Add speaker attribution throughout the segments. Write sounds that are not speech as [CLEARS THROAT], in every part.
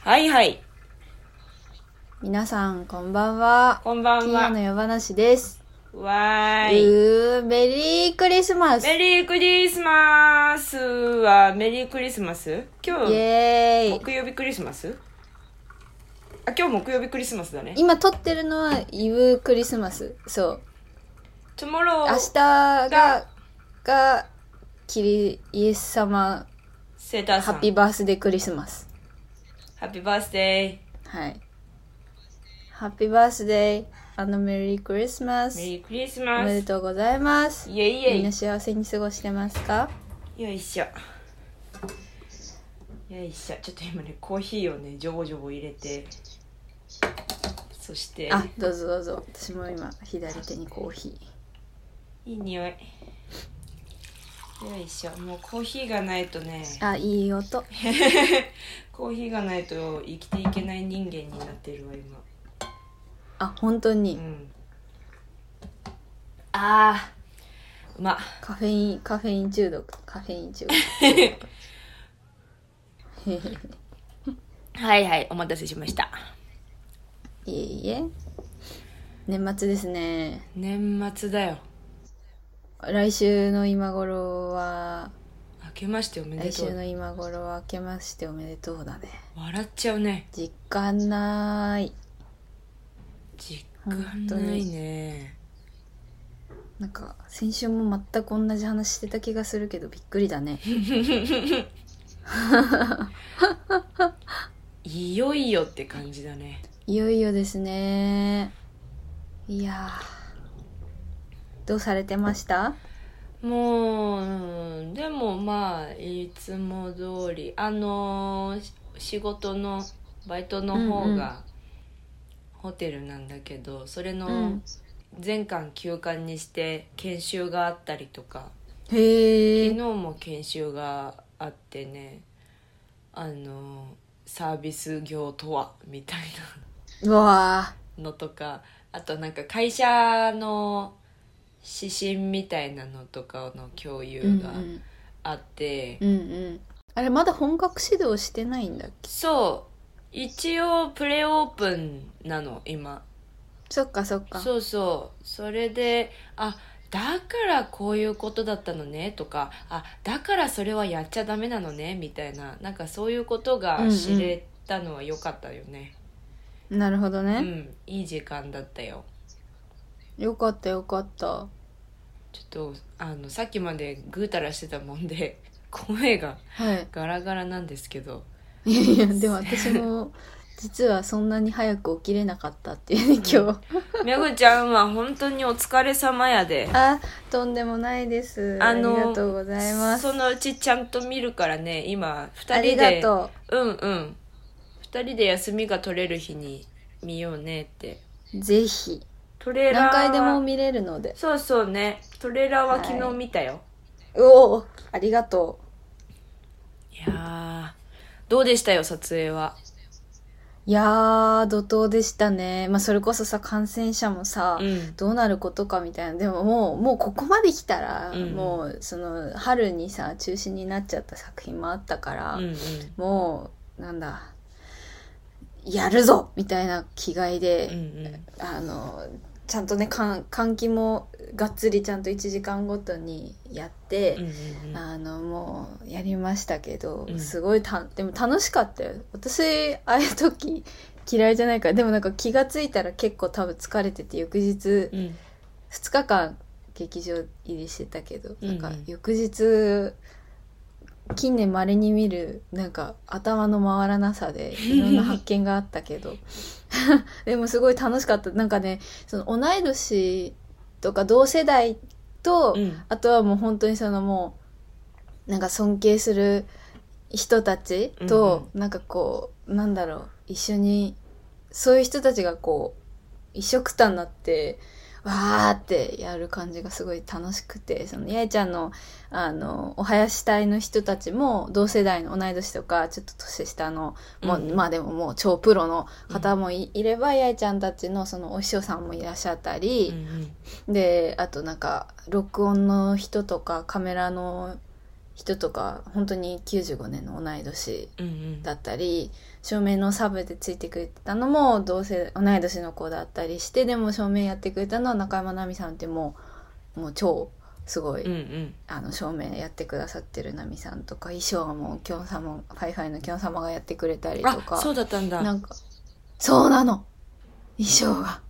Speaker 1: はいはい。
Speaker 2: 皆さん、こんばんは。
Speaker 1: こんばん
Speaker 2: 金曜
Speaker 1: は
Speaker 2: の。夜話です。
Speaker 1: わ
Speaker 2: う
Speaker 1: ーい。
Speaker 2: ー、メリークリスマス
Speaker 1: メリークリスマスは、メリークリスマス今
Speaker 2: イ
Speaker 1: 日、
Speaker 2: エーイ
Speaker 1: 木曜日クリスマスあ、今日木曜日クリスマスだね。
Speaker 2: 今撮ってるのは、イブクリスマス。そう。
Speaker 1: トゥモロ
Speaker 2: 明
Speaker 1: ー、
Speaker 2: 日
Speaker 1: が
Speaker 2: が、が、キリ、イエス様、
Speaker 1: セーター
Speaker 2: ハ
Speaker 1: さん。
Speaker 2: ッピーバースデークリスマス。
Speaker 1: ハッピーバースデ
Speaker 2: はい。ハッピーバースデー、あのメリークリスマ
Speaker 1: ー。
Speaker 2: ス
Speaker 1: メ。リークリス
Speaker 2: お
Speaker 1: マ
Speaker 2: めで
Speaker 1: ス。
Speaker 2: とうございます。
Speaker 1: イェイイ
Speaker 2: みん
Speaker 1: ェ
Speaker 2: な幸せに過ごしてますか
Speaker 1: イ。よいしょ。よいしょ。ちょっと今ね、コーヒーをね、ジョボジョボ入れて、そして、
Speaker 2: あ、どうぞどうぞ。私も今、左手にコーヒー。
Speaker 1: いい匂い。よいしょ。もうコーヒーがないとね、 [LAUGHS]
Speaker 2: あ、いい音。
Speaker 1: コーヒーがないと生きていけない人間になってるわ今
Speaker 2: あ、本当
Speaker 1: う
Speaker 2: に。
Speaker 1: んあーうまっ
Speaker 2: カフェイン、カフェイン中毒。カフェイン中毒。へへへ
Speaker 1: はいはいお待たせしました
Speaker 2: いえいえ。年末ですね。
Speaker 1: 年末だよ
Speaker 2: 来週の今頃は、
Speaker 1: 明けましておめで
Speaker 2: 来
Speaker 1: と
Speaker 2: 週の
Speaker 1: う
Speaker 2: 今頃は明けましておめでとうだね。
Speaker 1: 笑っちゃうね
Speaker 2: 実感ない。
Speaker 1: 実感ないね
Speaker 2: なんか、先週も全く同じ話してた気がするけど、びっくりだね。
Speaker 1: いよいよって感じだね
Speaker 2: いよいよですね。いやー。どうされてました
Speaker 1: もう、うんでもまあいつも通りあのーし仕事のバイトの方
Speaker 2: うんう
Speaker 1: がホテルなんだけど、それ
Speaker 2: う
Speaker 1: の
Speaker 2: ん
Speaker 1: 全館休館にして研修があったりとか
Speaker 2: へ
Speaker 1: 昨日
Speaker 2: ー。
Speaker 1: も研修があってねあのーサービス業とはみたいう
Speaker 2: わ
Speaker 1: なのとかあとなんか会社の指針みたいなのとかの共有
Speaker 2: ー。うん
Speaker 1: が
Speaker 2: うん
Speaker 1: あって。
Speaker 2: うんうんあれまだ本格指導してないんだっけ
Speaker 1: そう一応プレオープンなの今
Speaker 2: そっかそっか
Speaker 1: そうそうそれであだからこういうことだったのねとかあだからそれはやっちゃダメなのねみたいななんかそういうことが知れたのは良かったよね
Speaker 2: なるほ
Speaker 1: う
Speaker 2: ど
Speaker 1: ん、
Speaker 2: ね、
Speaker 1: いい時間だったよ
Speaker 2: よかったよかった
Speaker 1: ちょっとあのさっきまでぐうたらしてたもんで [LAUGHS] 声が [LAUGHS]
Speaker 2: はい
Speaker 1: ガラガラなんですけど [LAUGHS]
Speaker 2: いやいやでも私も実はそんなに早く起きれなかったっていうね今日、
Speaker 1: めぐちゃんは本当にお疲れ様やで
Speaker 2: あとんでもないです
Speaker 1: あ
Speaker 2: あ
Speaker 1: の
Speaker 2: りがとうございます
Speaker 1: そのうちちゃんと見るからね今2
Speaker 2: あり
Speaker 1: 人
Speaker 2: が
Speaker 1: で
Speaker 2: と
Speaker 1: うんうん2人で休みが取れる日に見ようねって
Speaker 2: うぜひ
Speaker 1: トレーラー
Speaker 2: 何
Speaker 1: は
Speaker 2: 回でも見れるので
Speaker 1: そうそうねトレーラーは昨日
Speaker 2: はい
Speaker 1: 見たよ、
Speaker 2: うおーありがと
Speaker 1: い、やーどうでしたよ撮影は
Speaker 2: ういやー怒涛でしたねまあそれこそさ感染者もさ、
Speaker 1: うん
Speaker 2: どうなることかみたいなでももうもうここまで来たら、
Speaker 1: うん
Speaker 2: もうその春にさ中止になっちゃった作品もあったから、
Speaker 1: うんうん
Speaker 2: もうなんだやるぞみたいな気概
Speaker 1: う
Speaker 2: で、
Speaker 1: んうん
Speaker 2: あのちゃんとねかん換気もがっつりちゃんと1時間ごとにやって
Speaker 1: う、んうん
Speaker 2: あのもうやりましたけど、
Speaker 1: うん
Speaker 2: すごいたでも楽しかったよ私ああいう時嫌いじゃないからでもなんか気がついたら結構多分疲れてて翌日
Speaker 1: うんうん
Speaker 2: 2日間劇場入りしてたけど、
Speaker 1: うんうん
Speaker 2: なんか翌日近年まれに見るなんか頭の回らなさで
Speaker 1: [LAUGHS]
Speaker 2: いろんな発見があったけど [LAUGHS] でもすごい楽しかったなんかねその同い年とか同世代と、
Speaker 1: うん
Speaker 2: あとはもう本当にそのもうなんか尊敬する人たちと、なんかこうなんだろう一緒にそういう人たちがこう一緒くたになってわーってやる感じがすごい楽しくてその八重ちゃんのあのお囃子隊の人たちも同世代の同い年とかちょっと年下の、もう
Speaker 1: うん
Speaker 2: まあでももう超プロの方もい,、れば八重ちゃんたちのそのお師匠さんもいらっしゃったり。
Speaker 1: うん
Speaker 2: であとなんか録音の人とかカメラの人とか本当に95年の同い年
Speaker 1: うんうん
Speaker 2: だったり照明のサブでついてくれてたのも同世同い年の子だったりしてでも照明やってくれたのは中山奈美さんってもうもう超すごい、
Speaker 1: うんうん
Speaker 2: あの照明やってくださってる奈美さんとか衣装もきょんさんもファイファイのきょん様がやってくれたりと
Speaker 1: あ
Speaker 2: か
Speaker 1: そうだったんだ
Speaker 2: なんかそうなの衣装が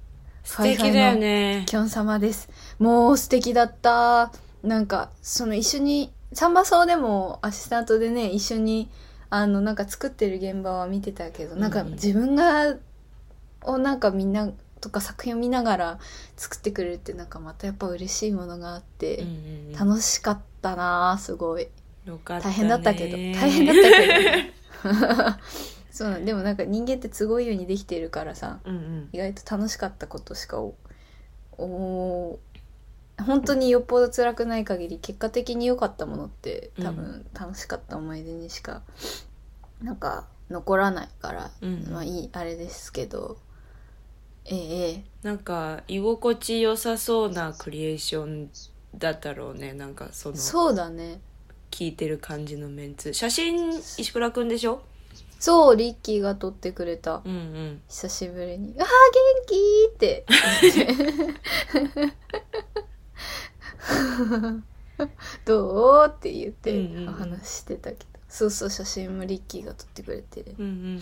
Speaker 1: 素敵だよね
Speaker 2: きょん様です。もう素敵だった。なんか、その一緒に、サンバソーでもアシスタントでね、一緒に、あの、なんか作ってる現場は見てたけど、なんか
Speaker 1: うんうん
Speaker 2: 自分が、をなんかみんな、とか作品を見ながら作ってくれるってなんかまたやっぱ嬉しいものがあって、
Speaker 1: うんうんうん
Speaker 2: 楽しかったなぁすごい。
Speaker 1: よかった
Speaker 2: 大
Speaker 1: ね
Speaker 2: 変だったけど、大変だったけどね。そうなんでもなんか人間って都合いいようにできているからさ、
Speaker 1: [LAUGHS] うんうん
Speaker 2: 意外と楽しかったことしかおお本当によっぽど辛くない限り結果的に良かったものって多
Speaker 1: う
Speaker 2: 分楽しかった思い出にしか、なんか残らないから、
Speaker 1: うん
Speaker 2: まあいいあれですけどえええ
Speaker 1: なんか居心地良さそうなクリエーションだったろうねなんかその
Speaker 2: えそうだね
Speaker 1: 聞いてる感じのメンツ写真石倉くんでしょ
Speaker 2: そうリッキーが撮ってくれた
Speaker 1: うんうん
Speaker 2: 久しぶりに「あー元気!」って「 [LAUGHS] どう?」って言っ
Speaker 1: うんうん
Speaker 2: て
Speaker 1: うん
Speaker 2: お話ししてたけど、そうそう写真もリッキーが撮ってくれて
Speaker 1: うんうんうん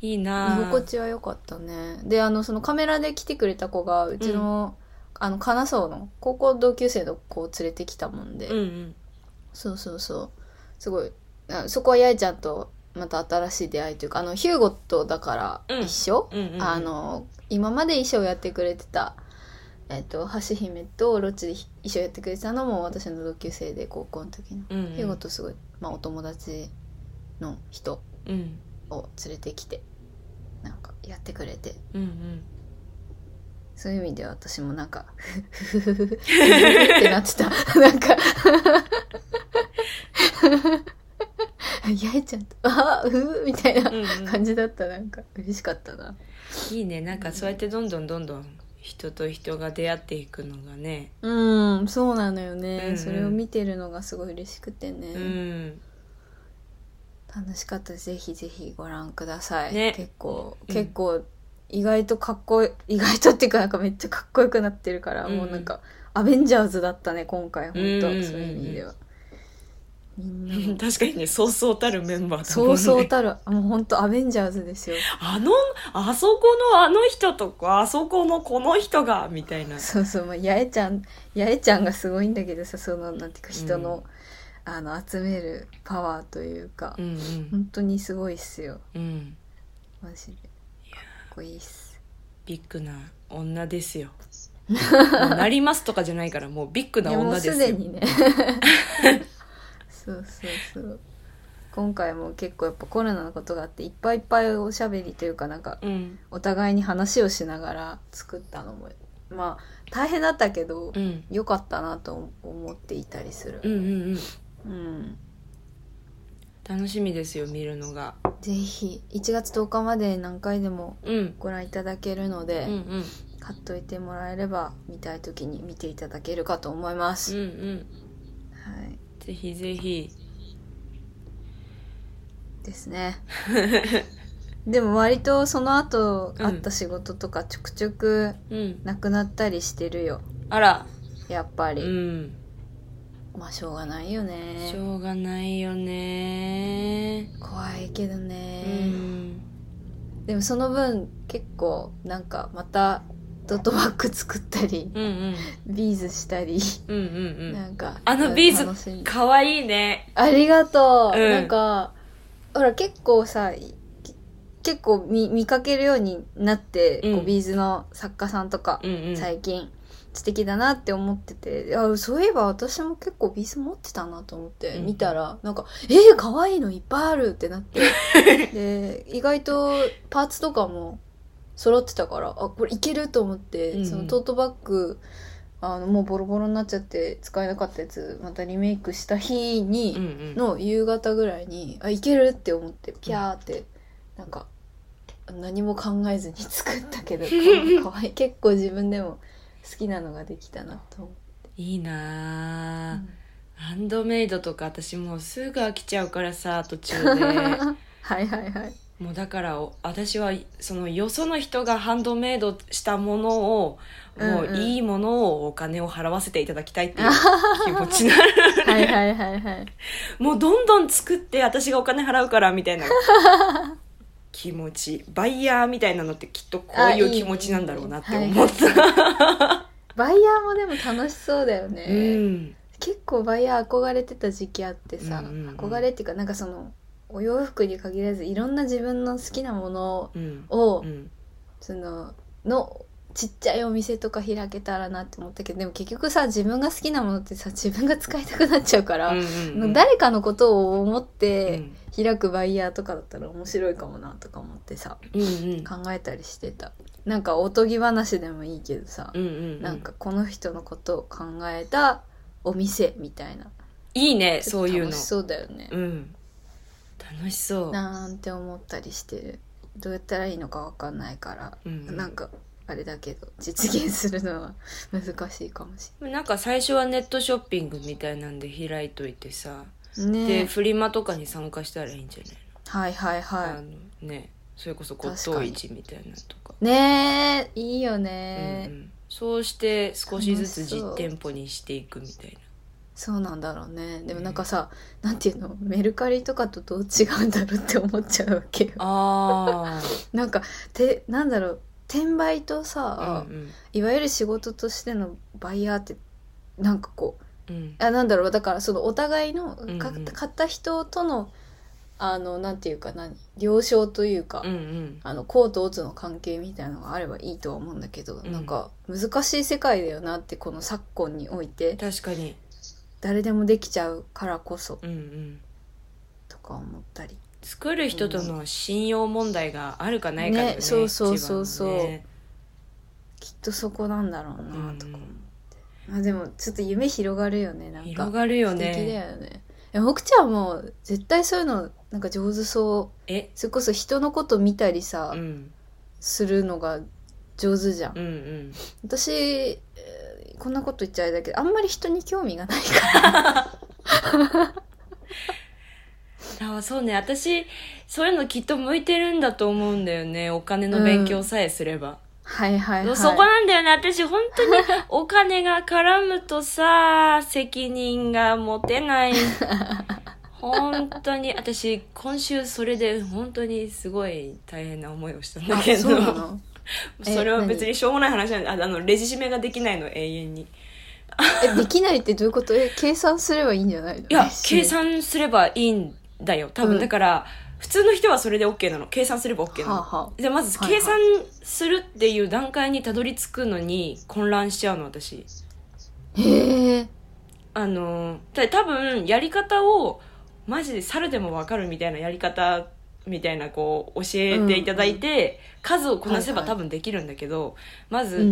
Speaker 1: いい
Speaker 2: 居
Speaker 1: なぁ
Speaker 2: 心地は良かったねであのそのカメラで来てくれた子がうちの、あの金沢の高校同級生の子を連れてきたもんで、
Speaker 1: うんうん
Speaker 2: そうそうそうすごいあそこは八重ちゃんとまた新しい出会いというかあのヒューゴットだから一緒、
Speaker 1: うんうんうん
Speaker 2: あの今まで衣装やってくれてた、えっと橋姫とロッチで衣装やってくれてたのも私の同級生で高校の時の
Speaker 1: うんうん
Speaker 2: ヒューゴとすごい、まあ、お友達の人
Speaker 1: うん
Speaker 2: を連れてきてなんかやってくれて
Speaker 1: うんうん
Speaker 2: そういう意味では私もなんかフフフフフフってなってたなんかやえちゃんとあーうーみたいな
Speaker 1: うんうん
Speaker 2: 感じだったなんか嬉しかったない
Speaker 1: いねなんかそうやってどんどんどんどん人と人が出会っていくのがね
Speaker 2: うん、そうなのよね、
Speaker 1: うんうん
Speaker 2: それを見てるのがすごい嬉しくてね、
Speaker 1: うん [LAUGHS]
Speaker 2: 楽しかったですぜひぜひご覧ください、
Speaker 1: ね
Speaker 2: 結構
Speaker 1: うん
Speaker 2: 結構意外とかっこいい意外とっていうかなんかめっちゃかっこよくなってるから、
Speaker 1: うんうん
Speaker 2: もうなんかアベンジャーズだったね今回本当、
Speaker 1: うんうんうんうん
Speaker 2: そういう意味ではみ
Speaker 1: [LAUGHS]
Speaker 2: んな
Speaker 1: 確かにねそうそうたるメンバーだもん
Speaker 2: そ
Speaker 1: ね
Speaker 2: うそうたるもう本当アベンジャーズですよ
Speaker 1: あのあそこのあの人とかあそこのこの人がみたいな
Speaker 2: そうそう、まあ、八重ちゃん八重ちゃんがすごいんだけどさそのなんていうか人の、あの集めるパワーというか、
Speaker 1: うん
Speaker 2: 本当にすごいっすよ
Speaker 1: うんうん
Speaker 2: マジでかっこいいっす
Speaker 1: ビッグな女ですよもうなりますとかじゃないからもうビッグ
Speaker 2: い
Speaker 1: な
Speaker 2: やも
Speaker 1: 女で
Speaker 2: う
Speaker 1: すよ
Speaker 2: すでにね
Speaker 1: [LAUGHS]
Speaker 2: そうそうそう今回も結構やっぱコロナのことがあっていっぱいいっぱいおしゃべりというかなんか
Speaker 1: うん
Speaker 2: お互いに話をしながら作ったのもまあ大変だったけど
Speaker 1: うん
Speaker 2: 良かったなと思っていたりす
Speaker 1: うんう
Speaker 2: る
Speaker 1: んうん
Speaker 2: うん
Speaker 1: 楽しみですよ見るのが
Speaker 2: ぜひ1月10日まで何回でも
Speaker 1: うん
Speaker 2: ご覧いただけるの
Speaker 1: う
Speaker 2: で、
Speaker 1: んうん
Speaker 2: 買っといてもらえれば見たい時に見ていただけるかと思いま
Speaker 1: う
Speaker 2: す、
Speaker 1: んうん
Speaker 2: はい
Speaker 1: ぜひぜひ
Speaker 2: ですねでも割とその後あった仕事とかちょくちょく
Speaker 1: うん
Speaker 2: なくなったりしてるよ
Speaker 1: あら
Speaker 2: やっぱ
Speaker 1: う
Speaker 2: り、
Speaker 1: ん
Speaker 2: まあしょうがないよ
Speaker 1: し
Speaker 2: ね
Speaker 1: ょうがないよね
Speaker 2: 怖いけど
Speaker 1: う
Speaker 2: ね、
Speaker 1: ん
Speaker 2: でもその分結構なんかまたドットバッグ作ったり
Speaker 1: うんうん
Speaker 2: ビーズしたり、
Speaker 1: うんうんう
Speaker 2: なんんか
Speaker 1: あのビーズ
Speaker 2: 楽しんで
Speaker 1: かわいいね
Speaker 2: ありがとう、
Speaker 1: うん
Speaker 2: なんかほら結構さい結構見見かけるようになって、
Speaker 1: うん
Speaker 2: こうビーズの作家さんとか
Speaker 1: うんうん
Speaker 2: 最近素敵だなって思っててあそういえば私も結構ビーズ持ってたなと思って、
Speaker 1: うん
Speaker 2: 見たらなんか「えー、かわいいのいっぱいある!」ってなって
Speaker 1: [LAUGHS]
Speaker 2: で意外とパーツとかも揃ってたからあこれいけると思って、
Speaker 1: うんうん
Speaker 2: そのトートバッグあのもうボロボロになっちゃって使えなかったやつまたリメイクした日に、
Speaker 1: うんうん
Speaker 2: の夕方ぐらいにあいけるって思ってピャーってなんか何も考えずに作っ
Speaker 1: [LAUGHS]
Speaker 2: たけどかわいい結構自分でも好きなのができたなと思
Speaker 1: いいなあ
Speaker 2: う、
Speaker 1: ハンドメイドとか私もうすぐ飽きちゃうからさ途中
Speaker 2: [LAUGHS]
Speaker 1: で
Speaker 2: はいはいはい。
Speaker 1: もうだからお私はそのよその人がハンドメイドしたものをも
Speaker 2: うんう
Speaker 1: うんいいものをお金を払わせていただきたいって
Speaker 2: [LAUGHS]
Speaker 1: いう気持ちになる
Speaker 2: はいはいはいはい。
Speaker 1: もうどんどん作って私がお金払うからみた
Speaker 2: [LAUGHS]
Speaker 1: いな気持ちバイヤーみたいなのってきっとこうい
Speaker 2: あ
Speaker 1: う
Speaker 2: いい
Speaker 1: 気持ちなんだろうなって
Speaker 2: いい
Speaker 1: 思った。
Speaker 2: バイヤーもでも楽しそうだよね。
Speaker 1: うん
Speaker 2: 結構バイヤー憧れてた時期あってさ、
Speaker 1: うんうんうん
Speaker 2: 憧れっていうかなんかそのお洋服に限らずいろんな自分の好きなもの
Speaker 1: うん
Speaker 2: を、
Speaker 1: うん
Speaker 2: そののちっちゃいお店とか開けたらなって思ったけどでも結局さ自分が好きなものってさ自分が使いたくなっちゃうから、
Speaker 1: うんうん
Speaker 2: 誰かのことを思っ
Speaker 1: う
Speaker 2: て
Speaker 1: ん
Speaker 2: 開くバイヤーとかだったら面白いかもなとか思ってさ
Speaker 1: うんうん
Speaker 2: 考えたりしてたなんかおとぎ話でもいいけどさ、
Speaker 1: うんうん
Speaker 2: なんかこの人のことを考えたお店みたいない
Speaker 1: いねそういうの
Speaker 2: 楽しそうだよね、
Speaker 1: うん楽しそう
Speaker 2: なんて思ったりしてるどうやったらいいのかわかんないから、
Speaker 1: うん
Speaker 2: なんかあれだけど実現するのは [LAUGHS] 難しいかもし
Speaker 1: なんか最初はネットショッピングみたいなんで開いといてさ、
Speaker 2: れない
Speaker 1: で
Speaker 2: ね
Speaker 1: フリマとかに参加したらいいんじゃ
Speaker 2: はいはい
Speaker 1: ない、あ
Speaker 2: は
Speaker 1: のねそれこそ骨董市みたいなのとか
Speaker 2: いねえいいよ
Speaker 1: う
Speaker 2: ね、
Speaker 1: んうんそうして少しずつ
Speaker 2: 楽しそう
Speaker 1: 実店舗にしていくみたい
Speaker 2: そうなんだろうねでもなんかさ、なんていうのメルカリとかとどう違うんだろうって思っちゃうわけよ [LAUGHS]
Speaker 1: なあ
Speaker 2: なんかてなんだろう転売と
Speaker 1: あ
Speaker 2: さ、 [LAUGHS]
Speaker 1: うん
Speaker 2: いわゆる仕事としてのバイヤーってなんかこう
Speaker 1: うん
Speaker 2: あなんだろうだからそのお互いのか
Speaker 1: うんうん
Speaker 2: 買った人とのあのなんていうか何了承というか、
Speaker 1: うんうん
Speaker 2: あのコート打つの関係みたいなのがあればいいとは思うんだけど、
Speaker 1: ん
Speaker 2: なんか難しい世界だよなってこの昨今において
Speaker 1: 確かに
Speaker 2: 誰でもできちゃうからこそ
Speaker 1: うんうん
Speaker 2: とか思ったり
Speaker 1: 作る人との信用問題があるかないかだよね
Speaker 2: ねそうそう
Speaker 1: 一番のね
Speaker 2: そうそうきっとそこなんだろうなとか思って、まあ、でもちょっと夢広がるよねなんか
Speaker 1: 広がるよね
Speaker 2: 素敵だよねいや僕ちゃんも絶対そういうのなんか上手そう
Speaker 1: え
Speaker 2: それこそ人のこと見たりさ、
Speaker 1: うん
Speaker 2: するのが上手じゃん、
Speaker 1: うんうん
Speaker 2: 私えーこんなこと言っちゃあれだけどあんまり人に興味がない
Speaker 1: [LAUGHS]
Speaker 2: から
Speaker 1: あそうね私そういうのきっと向いてるんだと思うんだよねお金の勉強さえすれば、
Speaker 2: はいはい [LAUGHS] はい
Speaker 1: そこなんだよね私本当
Speaker 2: [LAUGHS]
Speaker 1: にお金が絡むとさ責任が持てない本当に私今週それで本当にすごい大変な思いをしたんだ
Speaker 2: あ
Speaker 1: け
Speaker 2: そうな
Speaker 1: ど
Speaker 2: の
Speaker 1: そ
Speaker 2: え
Speaker 1: れは別
Speaker 2: 何
Speaker 1: にしょうもない話なんでああのレジ締めができないの永遠に
Speaker 2: えできないってどういうことえ計算すればいいんじゃないの
Speaker 1: いや
Speaker 2: 別に
Speaker 1: 計算すればいいんだよ多分、
Speaker 2: うん
Speaker 1: だから普通の人はそれで OK なの計算すれば OK なの、
Speaker 2: はあは
Speaker 1: でまず
Speaker 2: はいは
Speaker 1: 計
Speaker 2: い
Speaker 1: 算するっていう段階にたどり着くのに混乱しちゃうの私
Speaker 2: あへえ
Speaker 1: あのた多分やり方をマジで猿でもわかるみたいなやり方みたいなこう教えていただいて、数をこなせば
Speaker 2: はいは
Speaker 1: 多
Speaker 2: い
Speaker 1: 分できるんだけど、まず、
Speaker 2: うんう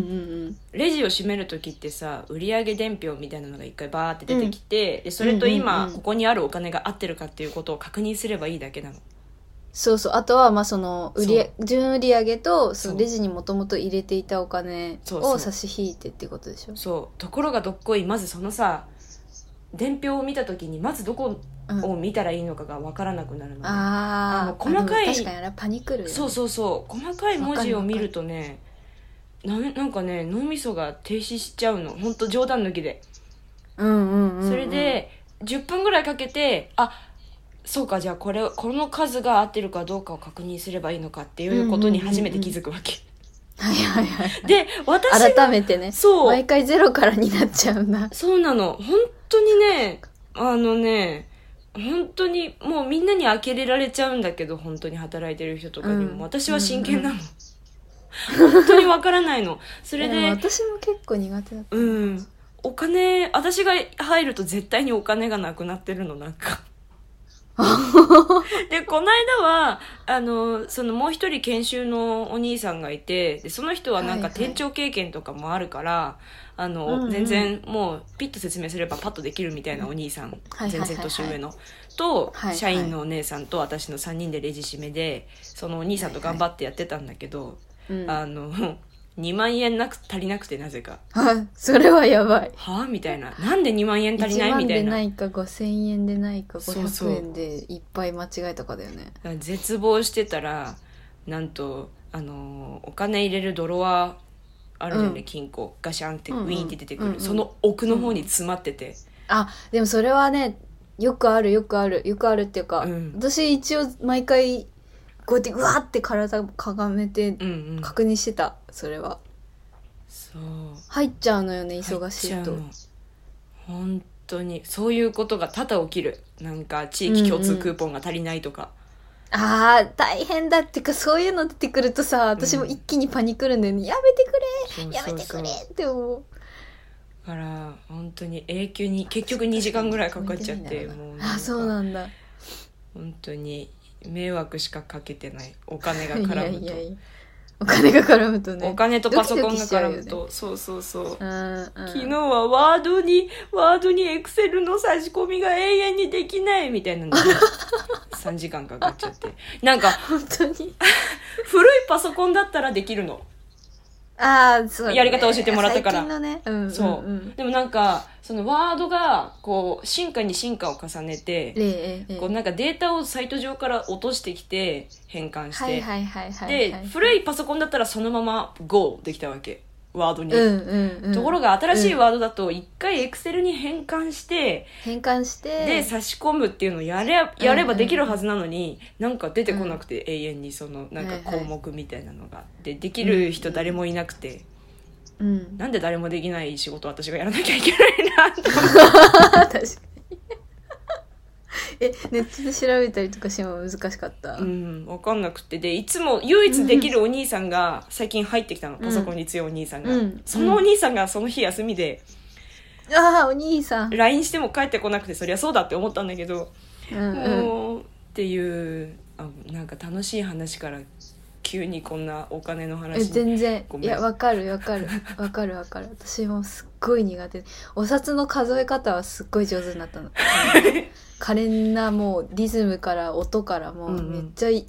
Speaker 2: ん
Speaker 1: レジを閉める時ってさ売上伝票みたいなのが一回バーって出てきて、でそれと
Speaker 2: うん
Speaker 1: 今、
Speaker 2: うんうん
Speaker 1: ここにあるお金が合ってるかっていうことを確認すればいいだけなの
Speaker 2: そうそうあとはまあその売り
Speaker 1: そ
Speaker 2: 純売上とそ
Speaker 1: そう
Speaker 2: のレジにもともと入れていたお金
Speaker 1: そうそう
Speaker 2: を差し引いてってことでしょ
Speaker 1: そうところがどっこいまずそのさ伝票を見た時にまずどこ
Speaker 2: うん
Speaker 1: を見たらいいのかが分からなくなるのね、あ
Speaker 2: あ
Speaker 1: の
Speaker 2: あ
Speaker 1: 細かい
Speaker 2: 確かにあれはパニクるよね
Speaker 1: そうそうそう細かい文字を見るとねななんかね脳みそが停止しちゃうのほんと冗談抜きで
Speaker 2: うんうんうんうん
Speaker 1: それで10分ぐらいかけてあそうかじゃあこれこの数が合ってるかどうかを確認すればいいのかっていうことに初めて気づくわけ、
Speaker 2: はいはいはい
Speaker 1: で私が
Speaker 2: 改めてね
Speaker 1: そう
Speaker 2: 毎回ゼロからになっちゃうんだ
Speaker 1: そうなの。本当にね、あのね、本当にもうみんなに呆れられちゃうんだけど、本当に働いてる人とかにも。
Speaker 2: うん
Speaker 1: 私は真剣なの。本当にわからないの。それ
Speaker 2: いや
Speaker 1: で、
Speaker 2: 私も結構苦手だった
Speaker 1: うん。お金、私が入ると絶対にお金がなくなってるの、なん
Speaker 2: [LAUGHS]
Speaker 1: か。で、この間は、あの、そのもう一人研修のお兄さんがいて、でその人はなんか
Speaker 2: はいはい
Speaker 1: 店長経験とかもあるから、あの、
Speaker 2: うんうん
Speaker 1: 全然もうピッと説明すればパッとできるみたいなお兄さん、
Speaker 2: はいはいはい
Speaker 1: 全
Speaker 2: はい
Speaker 1: 然年上の、と、
Speaker 2: はいはい
Speaker 1: 社員のお姉さんと私の3人でレジ締めで、そのお兄さんと頑張ってやってたんだけど、 [LAUGHS]
Speaker 2: うん
Speaker 1: あの、 2万円なく足りなくてなぜか
Speaker 2: あそれはやばい
Speaker 1: はあみたいななんで2万円足りない
Speaker 2: 1
Speaker 1: み
Speaker 2: 万
Speaker 1: たい
Speaker 2: で
Speaker 1: な
Speaker 2: ないか5000円でないか
Speaker 1: そうそう
Speaker 2: 500円でいっぱい間違えたかだよね
Speaker 1: 絶望してたらなんとあのお金入れるドロワーあるよね、
Speaker 2: うん
Speaker 1: 金庫ガシャンって
Speaker 2: うんうん
Speaker 1: ウィーンって出てくる、
Speaker 2: うんうん
Speaker 1: その奥の方に詰まってて、
Speaker 2: あでもそれはねよくあるよくあるよくあるっていうか、
Speaker 1: うん
Speaker 2: 私一応毎回こうやってうわーって体かがめて
Speaker 1: うんうん
Speaker 2: 確認してたそれは
Speaker 1: そう
Speaker 2: 入っちゃうのよね忙しいと
Speaker 1: 入っちゃうの本当にそういうことが多々起きるなんか地域共通クーポンが足りないとか、
Speaker 2: あー大変だっていうかそういうの出てくるとさ私も一気にパニクるんだよね、やめてくれや
Speaker 1: そ
Speaker 2: め
Speaker 1: う
Speaker 2: て
Speaker 1: そ
Speaker 2: く
Speaker 1: う
Speaker 2: れ
Speaker 1: そう
Speaker 2: って思う
Speaker 1: だから本当に永久に結局2時間ぐらいかかっちゃってもうなんか
Speaker 2: あそうなんだ
Speaker 1: 本当に迷惑しかかけてないお金
Speaker 2: い
Speaker 1: が
Speaker 2: や
Speaker 1: 絡むと
Speaker 2: いやいやお金が絡むとね
Speaker 1: お金とパソコンが
Speaker 2: ドキドキしちゃう
Speaker 1: 絡
Speaker 2: よ
Speaker 1: む
Speaker 2: ね
Speaker 1: と、そうそうそう
Speaker 2: うんうん
Speaker 1: 昨日はワードにワードにエクセルの差し込みが永遠にできないみたいなの
Speaker 2: [LAUGHS]
Speaker 1: が3時間かかっちゃってなんか
Speaker 2: 本当に
Speaker 1: 古いパソコンだったらできるの
Speaker 2: ああそうだね
Speaker 1: やり方教えてもらったから
Speaker 2: 最近のねうんうん
Speaker 1: そう、
Speaker 2: うん
Speaker 1: でもなんかそのワードがこう進化に進化を重ねて、
Speaker 2: ええええ
Speaker 1: こうなんかデータをサイト上から落としてきて変換して、
Speaker 2: はいはいはいはいはい
Speaker 1: で、古いパソコンだったらそのまま GO できたわけワードに、
Speaker 2: うんうんうん
Speaker 1: ところが新しいワードだと一回 Excel に変換して、
Speaker 2: 変換して
Speaker 1: で差し込むっていうのをやれやればできるはずなのに、なんか出てこなくて、永遠にそのなんか項目みたいなのが、でできる人誰もいなくて、
Speaker 2: うん
Speaker 1: なんで誰もできない仕事を私がやらなきゃいけないな
Speaker 2: [LAUGHS]
Speaker 1: と思って
Speaker 2: 確かにえネットで調べたりとかしても難しかった、
Speaker 1: うん分かんなくてでいつも唯一できるお兄さんが最近入ってきたの、
Speaker 2: うん
Speaker 1: パソコンに強いお兄さんが、
Speaker 2: うん
Speaker 1: そのお兄さんがその日休みで
Speaker 2: ああお兄さん、
Speaker 1: LINE しても帰ってこなくてそりゃそうだって思ったんだけど、
Speaker 2: うんうん、
Speaker 1: もうっていうあなんか楽しい話から急にこんなお金の
Speaker 2: え
Speaker 1: 話に
Speaker 2: 全然
Speaker 1: ごめ
Speaker 2: い
Speaker 1: ん
Speaker 2: やわかる
Speaker 1: [LAUGHS]
Speaker 2: わかるわかるわかる私もすっごい苦手お札の数え方はすっごい上手に
Speaker 1: [LAUGHS]
Speaker 2: なったの可憐なもうリズムから音からも
Speaker 1: うんう
Speaker 2: うんめっちゃい、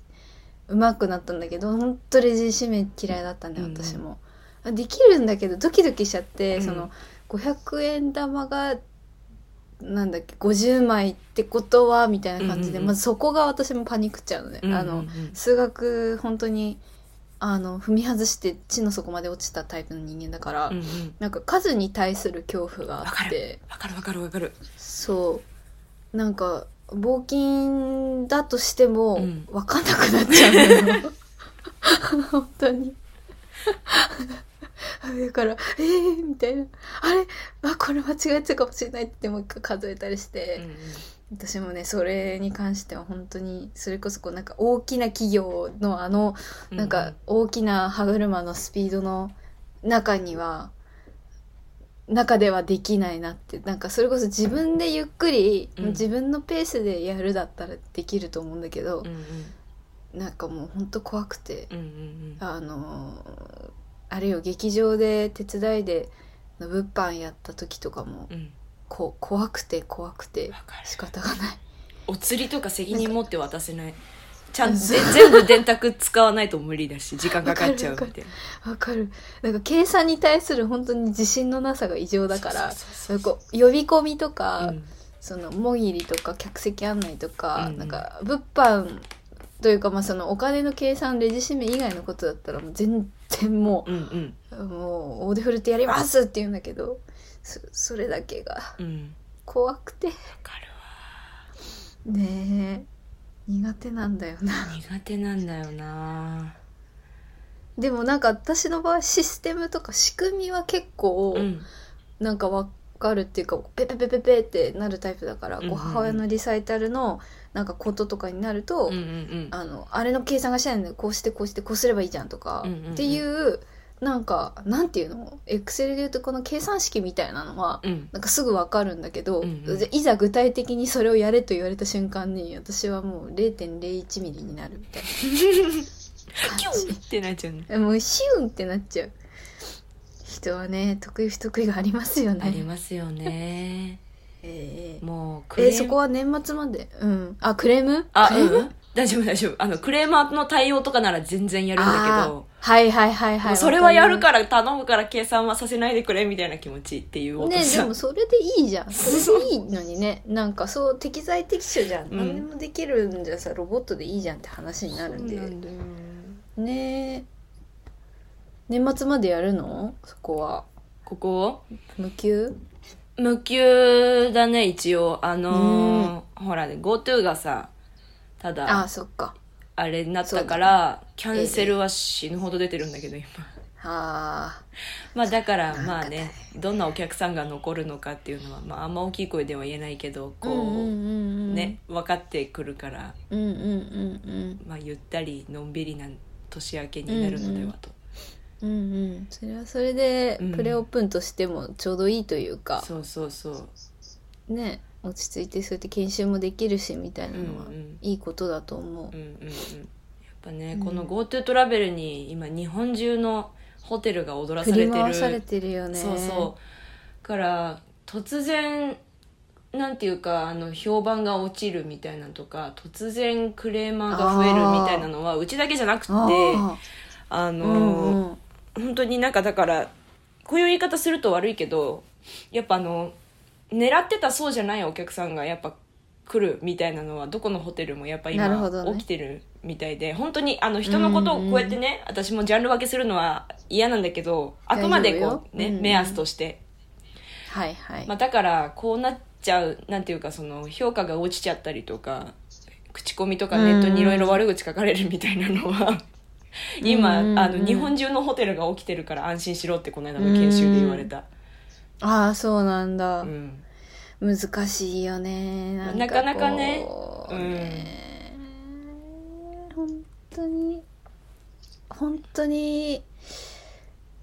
Speaker 2: うまくなったんだけど本当レジ締め嫌いだったね
Speaker 1: うんうん
Speaker 2: 私も、できるんだけどドキドキしちゃって、
Speaker 1: うん
Speaker 2: その500円玉がなんだっけ50枚ってことはみたいな感じ
Speaker 1: うん
Speaker 2: で、
Speaker 1: うんうん
Speaker 2: まずそこが私もパニックっちゃうのね、
Speaker 1: うんうんうん
Speaker 2: あの数学本当にあの踏み外して地の底まで落ちたタイプの人間だから、
Speaker 1: うんうん
Speaker 2: なんか数に対する恐怖があ
Speaker 1: わか
Speaker 2: って
Speaker 1: わかるわかるわかる
Speaker 2: そうなんか冒険だとしても、
Speaker 1: うん
Speaker 2: わかんなくなっちゃうの
Speaker 1: [LAUGHS]
Speaker 2: よ本当にだから「えー」みたいな「あれあこれ間違えてたかもしれない」ってもう一回数えたりして。
Speaker 1: うんうん
Speaker 2: 私もねそれに関しては本当にそれこそこうなんか大きな企業のあの
Speaker 1: うん
Speaker 2: なんか大きな歯車のスピードの中には中ではできないなってなんかそれこそ自分でゆっくり、
Speaker 1: うん
Speaker 2: 自分のペースでやるだったらできると思うんだけど
Speaker 1: うん、うん
Speaker 2: なんかもう本当怖くて
Speaker 1: うんうん
Speaker 2: あのーあれよ劇場で手伝いでの物販やった時とかも
Speaker 1: うんうん
Speaker 2: こう怖くて怖くて
Speaker 1: わかる
Speaker 2: 仕方がない。
Speaker 1: お釣りとか責任持って渡せないちゃんと
Speaker 2: そう
Speaker 1: 全部電卓使わないと無理だし時間かかっちゃうみたいな
Speaker 2: わかるなんか計算に対する本当に自信のなさが異常だから
Speaker 1: そ
Speaker 2: そうう
Speaker 1: そう
Speaker 2: こう呼び込みと
Speaker 1: そう
Speaker 2: か、
Speaker 1: うん
Speaker 2: そのもぎりとか客席案内とか、
Speaker 1: うん
Speaker 2: なんか物販というか、まあ、そのお金の計算レジ締め以外のことだったらもう全然も
Speaker 1: うんうん
Speaker 2: う,、もうオーデフルってやりますって言うんだけどそそれだけが
Speaker 1: うん
Speaker 2: 怖くて
Speaker 1: わか
Speaker 2: ねえ苦手なんだよな
Speaker 1: るわ苦手なんだよな
Speaker 2: でもなんか私の場合システムとか仕組みは結構、
Speaker 1: うん
Speaker 2: なんかわかるっていうかペペペペペってなるタイプだから、
Speaker 1: うんうん
Speaker 2: こう母親のリサイタルのなんかこととかになると、
Speaker 1: うんうん
Speaker 2: あのあれの計算がしたいのでこうしてこうしてこうすればいいじゃんとか、
Speaker 1: うんうんうん
Speaker 2: っていうなんかなんていうのエクセルでいうとこの計算式みたいなのは
Speaker 1: うんうん
Speaker 2: なんかすぐわかるんだけど、
Speaker 1: うんうん
Speaker 2: じゃいざ具体的にそれをやれと言われた瞬間に私はもう0.01ミリになるみたいな
Speaker 1: キ
Speaker 2: 感
Speaker 1: ュン
Speaker 2: じ
Speaker 1: ってなっちゃうね
Speaker 2: えもうシュンってなっちゃう人はね得意不得意がありますよね
Speaker 1: ありますよね
Speaker 2: えー
Speaker 1: もうクレー
Speaker 2: えー、
Speaker 1: ム
Speaker 2: そこは年末までうんあクレーム
Speaker 1: あ
Speaker 2: クレーム
Speaker 1: うん大丈夫大丈夫あのクレーマーの対応とかなら全然やるんだけど
Speaker 2: はいはいはいはい。
Speaker 1: それはやる
Speaker 2: ら。
Speaker 1: から頼むから計算はさせないでくれみたいな気持ちっていうお父
Speaker 2: ね
Speaker 1: さ
Speaker 2: で
Speaker 1: ん、
Speaker 2: もそれでい
Speaker 1: [LAUGHS]
Speaker 2: いじゃん。それでいいのにね。なんかそう、適材適所じゃん。
Speaker 1: うん
Speaker 2: 何でもできるんじゃさ、ロボットでいいじゃんって話になるんで。
Speaker 1: なんだよ
Speaker 2: ねえ。年末までやるのそこは。
Speaker 1: ここ
Speaker 2: 無給
Speaker 1: 無給だね一応あのーほらね GoTo がさた
Speaker 2: あ
Speaker 1: だ
Speaker 2: あ、そっか。
Speaker 1: あれになったから、キャンセルは死ぬほど出てるんだけど今
Speaker 2: ああ。
Speaker 1: まあだから
Speaker 2: なんか
Speaker 1: まあ
Speaker 2: 大
Speaker 1: ねどんなお客さんが残るのかっていうのは、まあ、あんま大きい声では言えないけどこう、
Speaker 2: う
Speaker 1: ね。分かってくるから、
Speaker 2: うんうんうん
Speaker 1: まあ、ゆったりのんびりな年明けになるのではと、
Speaker 2: うん。うんうん。それはそれで
Speaker 1: うん、
Speaker 2: プレオープンとしてもちょうどいいというか、
Speaker 1: そうそうそう
Speaker 2: ね。落ち着いてそうやって研修もできるし、みたいなのは
Speaker 1: うんうん、
Speaker 2: いいことだと思う
Speaker 1: うん。うんうんやっぱね、
Speaker 2: うん
Speaker 1: この GoTo トラベルに今日本中のホテルが踊らさ
Speaker 2: 振
Speaker 1: れて
Speaker 2: り
Speaker 1: る
Speaker 2: 回されてるよね。
Speaker 1: そうそうから突然なんていうかあの評判が落ちるみたいなのとか突然クレーマーが増えるみたいなのはうちだけじゃなくて
Speaker 2: あ
Speaker 1: あ
Speaker 2: あ
Speaker 1: の、
Speaker 2: うんうん。
Speaker 1: 本当になんかだからこういう言い方すると悪いけどやっぱあの狙ってたそうじゃないお客さんがやっぱ来るみたいなのはどこのホテルもやっぱ
Speaker 2: なるほ
Speaker 1: 今
Speaker 2: どね
Speaker 1: 起きてるみたいで、本当にあの人のことをこうやってね、私もジャンル分けするのは嫌なんだけどあくまでこうね、
Speaker 2: 大丈夫ようん
Speaker 1: 目安として、
Speaker 2: はいはい。
Speaker 1: まあ、だからこうなっちゃうなんていうかその評価が落ちちゃったりとか口コミとかネットにいろいろ悪口書かれるみたいなのは今、
Speaker 2: うんうんうん
Speaker 1: あの日本中のホテルが起きてるから安心しろってこの間の研修で言われた、
Speaker 2: ああ、そうなんだ。
Speaker 1: うん
Speaker 2: 難しいよねん
Speaker 1: なかなかね
Speaker 2: こう
Speaker 1: うん
Speaker 2: ね本当に本当に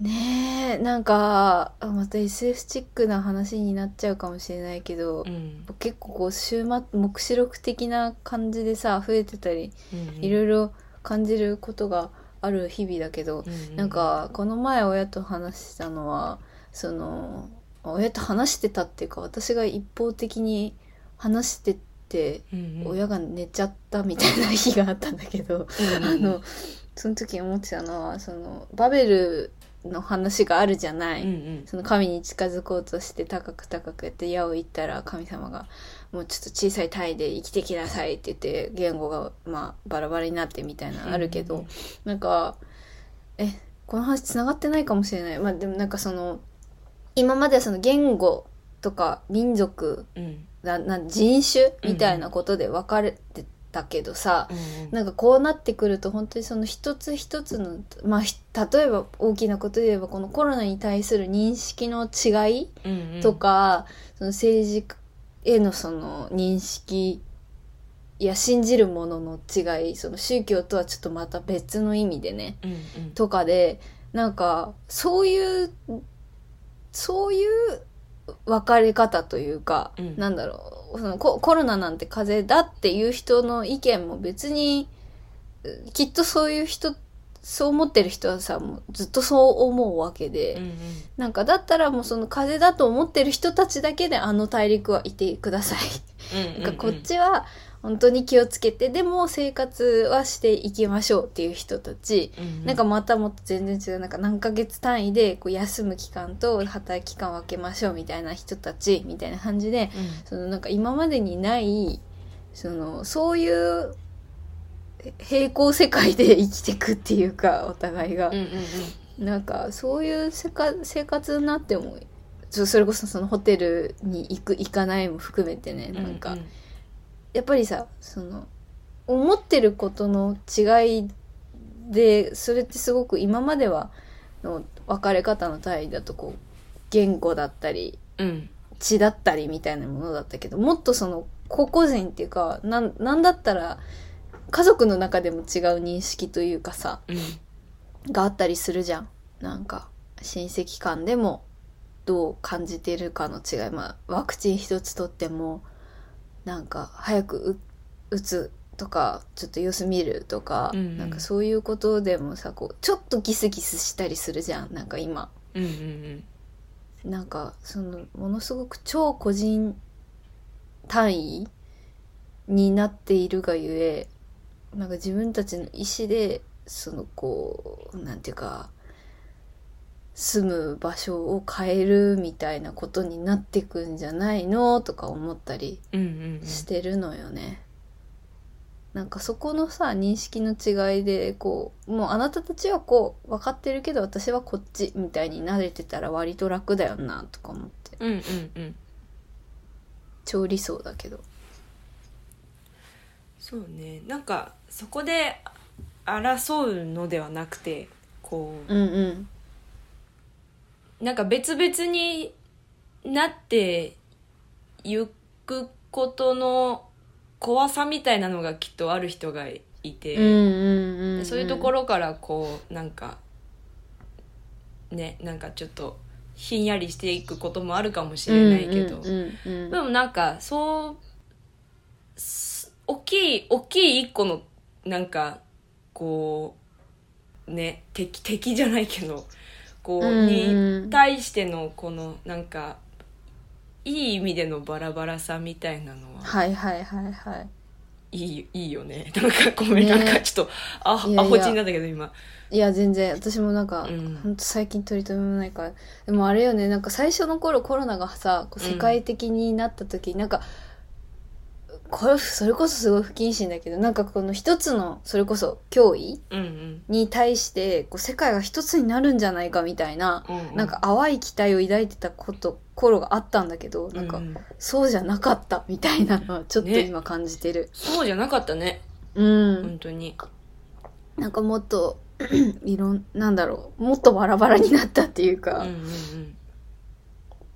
Speaker 2: ねえなんかまた SF チックな話になっちゃうかもしれないけど、
Speaker 1: うん
Speaker 2: 結構こう週末目視録的な感じでさ増えてたり
Speaker 1: うん
Speaker 2: いろいろ感じることがある日々だけど、
Speaker 1: うん
Speaker 2: なんかこの前親と話したのはその親と話してたっていうか私が一方的に話してって
Speaker 1: うんうん
Speaker 2: 親が寝ちゃったみたいな日があったんだけど、
Speaker 1: うん
Speaker 2: あのその時思ってたのはそのバベルの話があるじゃない。
Speaker 1: うんうん
Speaker 2: その神に近づこうとして高く高くやって矢を言ったら神様が「もうちょっと小さい単位で生きてきなさい」って言って言語がまあバラバラになってみたいなのあるけど、
Speaker 1: うんうん
Speaker 2: なんかえこの話つながってないかもしれないまあでもなんかその今まではその言語とか民族
Speaker 1: うん
Speaker 2: なな人種みたいなことで分かれてたけどさ、
Speaker 1: うん
Speaker 2: なんかこうなってくると本当にその一つ一つの、まあ、ひ例えば大きなことで言えばこのコロナに対する認識の違い
Speaker 1: うんうん
Speaker 2: とか、その政治へのその認識や信じるものの違いその宗教とはちょっとまた別の意味でね
Speaker 1: うんうん
Speaker 2: とかでなんかそういうそういう分かれ方というか、
Speaker 1: うん
Speaker 2: なんだろうそのココロナなんて風邪だっていう人の意見も別にうきっとそういう人そう思ってる人はさもうずっとそう思うわけで、
Speaker 1: うん
Speaker 2: なんかだったらもうその風邪だと思ってる人たちだけであの大陸はいてください。
Speaker 1: うん
Speaker 2: なんかこっちは本当に気をつけてでも生活はしていきましょうっていう人たち、
Speaker 1: うんうん
Speaker 2: なんかまたもっと全然違うなんか何ヶ月単位でこう休む期間と働き期間を分けましょうみたいな人たちみたいな感じで
Speaker 1: うん
Speaker 2: そのなんか今までにないそのそういうえ平行世界で生きてくっていうかお互いが、
Speaker 1: うんうんうん
Speaker 2: なんかそういうせか生活になってもそそれこそそのホテルに行く行かないも含めてねなんか、
Speaker 1: うんうん
Speaker 2: やっぱりさその思ってることの違いでそれってすごく今まではの分かれ方の単位だとこう言語だったり
Speaker 1: うん
Speaker 2: 血だったりみたいなものだったけどもっとその個々人っていうかなんなんだったら家族の中でも違う認識というかさ
Speaker 1: うん
Speaker 2: があったりするじゃんなんか親戚間でもどう感じてるかの違いまあワクチン一つ取ってもなんか早くう打つとかちょっと様子見るとか、
Speaker 1: うんうん
Speaker 2: なんかそういうことでもさこうちょっとギスギスしたりするじゃんなんか今
Speaker 1: うんうん
Speaker 2: なんかそのものすごく超個人単位になっているがゆえなんか自分たちの意思でそのこうなんていうか住む場所を変えるみたいなことになってくんじゃないのとか思ったり
Speaker 1: うんうん
Speaker 2: してるのよね。なんかそこのさ認識の違いでこうもうあなたたちはこう分かってるけど私はこっちみたいに慣れてたら割と楽だよなとか思って
Speaker 1: うんうんうんうん
Speaker 2: 超理想だけど
Speaker 1: そうねなんかそこで争うのではなくてこ
Speaker 2: うんうん
Speaker 1: うなんか別々になってゆくことの怖さみたいなのがきっとある人がいて、
Speaker 2: うんうんうんうん
Speaker 1: そういうところからこうなんかねなんかちょっとひんやりしていくこともあるかもしれないけど、
Speaker 2: うんうんうん
Speaker 1: でもなんかそうす大きい大きい一個のなんかこうね敵敵じゃないけどこう、
Speaker 2: うんうん
Speaker 1: に対してのこのなんかいい意味でのバラバラさみたいなのは
Speaker 2: はいはいはいはい
Speaker 1: いいいいよね [LAUGHS] なんかごめん、
Speaker 2: ね
Speaker 1: なんかちょっとあ
Speaker 2: いや
Speaker 1: ア
Speaker 2: いや
Speaker 1: ホチになったけど今。
Speaker 2: いや全然私もなんか、
Speaker 1: うん
Speaker 2: ほんと最近取り留めもないからでもあれよねなんか最初の頃コロナがさこう
Speaker 1: うん
Speaker 2: 世界的になった時、なんかこれそれこそすごい不謹慎だけどなんかこの一つのそれこそ脅威
Speaker 1: うんうん
Speaker 2: に対してこう世界が一つになるんじゃないかみたいな、
Speaker 1: うう
Speaker 2: なんか淡い期待を抱いてたこと頃があったんだけどなんか、
Speaker 1: うう
Speaker 2: そうじゃなかったみたいなのはちょっと
Speaker 1: ね
Speaker 2: 今感じてる。
Speaker 1: そうじゃなかったね
Speaker 2: うん
Speaker 1: 本当に
Speaker 2: なんかもっと [CLEARS THROAT] いろんなんだろうもっとバラバラになったっていう
Speaker 1: うん
Speaker 2: か
Speaker 1: う、ん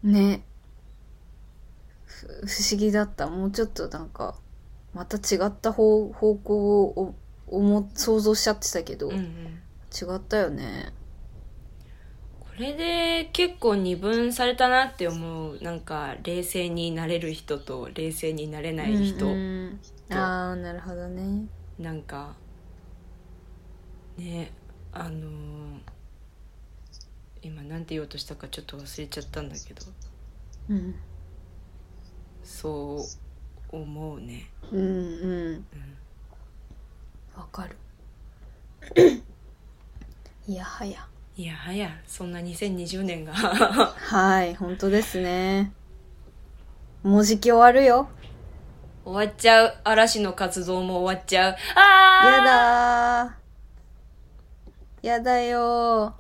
Speaker 1: うん
Speaker 2: ねふ不思議だったもうちょっとなんかまた違った方方向をお思想像しちゃってたけど、
Speaker 1: うんう
Speaker 2: 違
Speaker 1: ん
Speaker 2: ったよね
Speaker 1: これで結構二分されたなって思うなんか冷静になれる人と冷静になれない人、
Speaker 2: うんうんああなるほどね
Speaker 1: なんかねあのー今なんて言おうとしたかちょっと忘れちゃったんだけど
Speaker 2: うん
Speaker 1: そう思うね、
Speaker 2: うんうん
Speaker 1: うん
Speaker 2: わか
Speaker 1: [COUGHS]
Speaker 2: るいやはや
Speaker 1: いやはやそんな2020年が [LAUGHS]
Speaker 2: はい本当ですねもうじき終わるよ
Speaker 1: 終わっちゃう嵐の活動も終わっちゃうあー
Speaker 2: やだーやだよ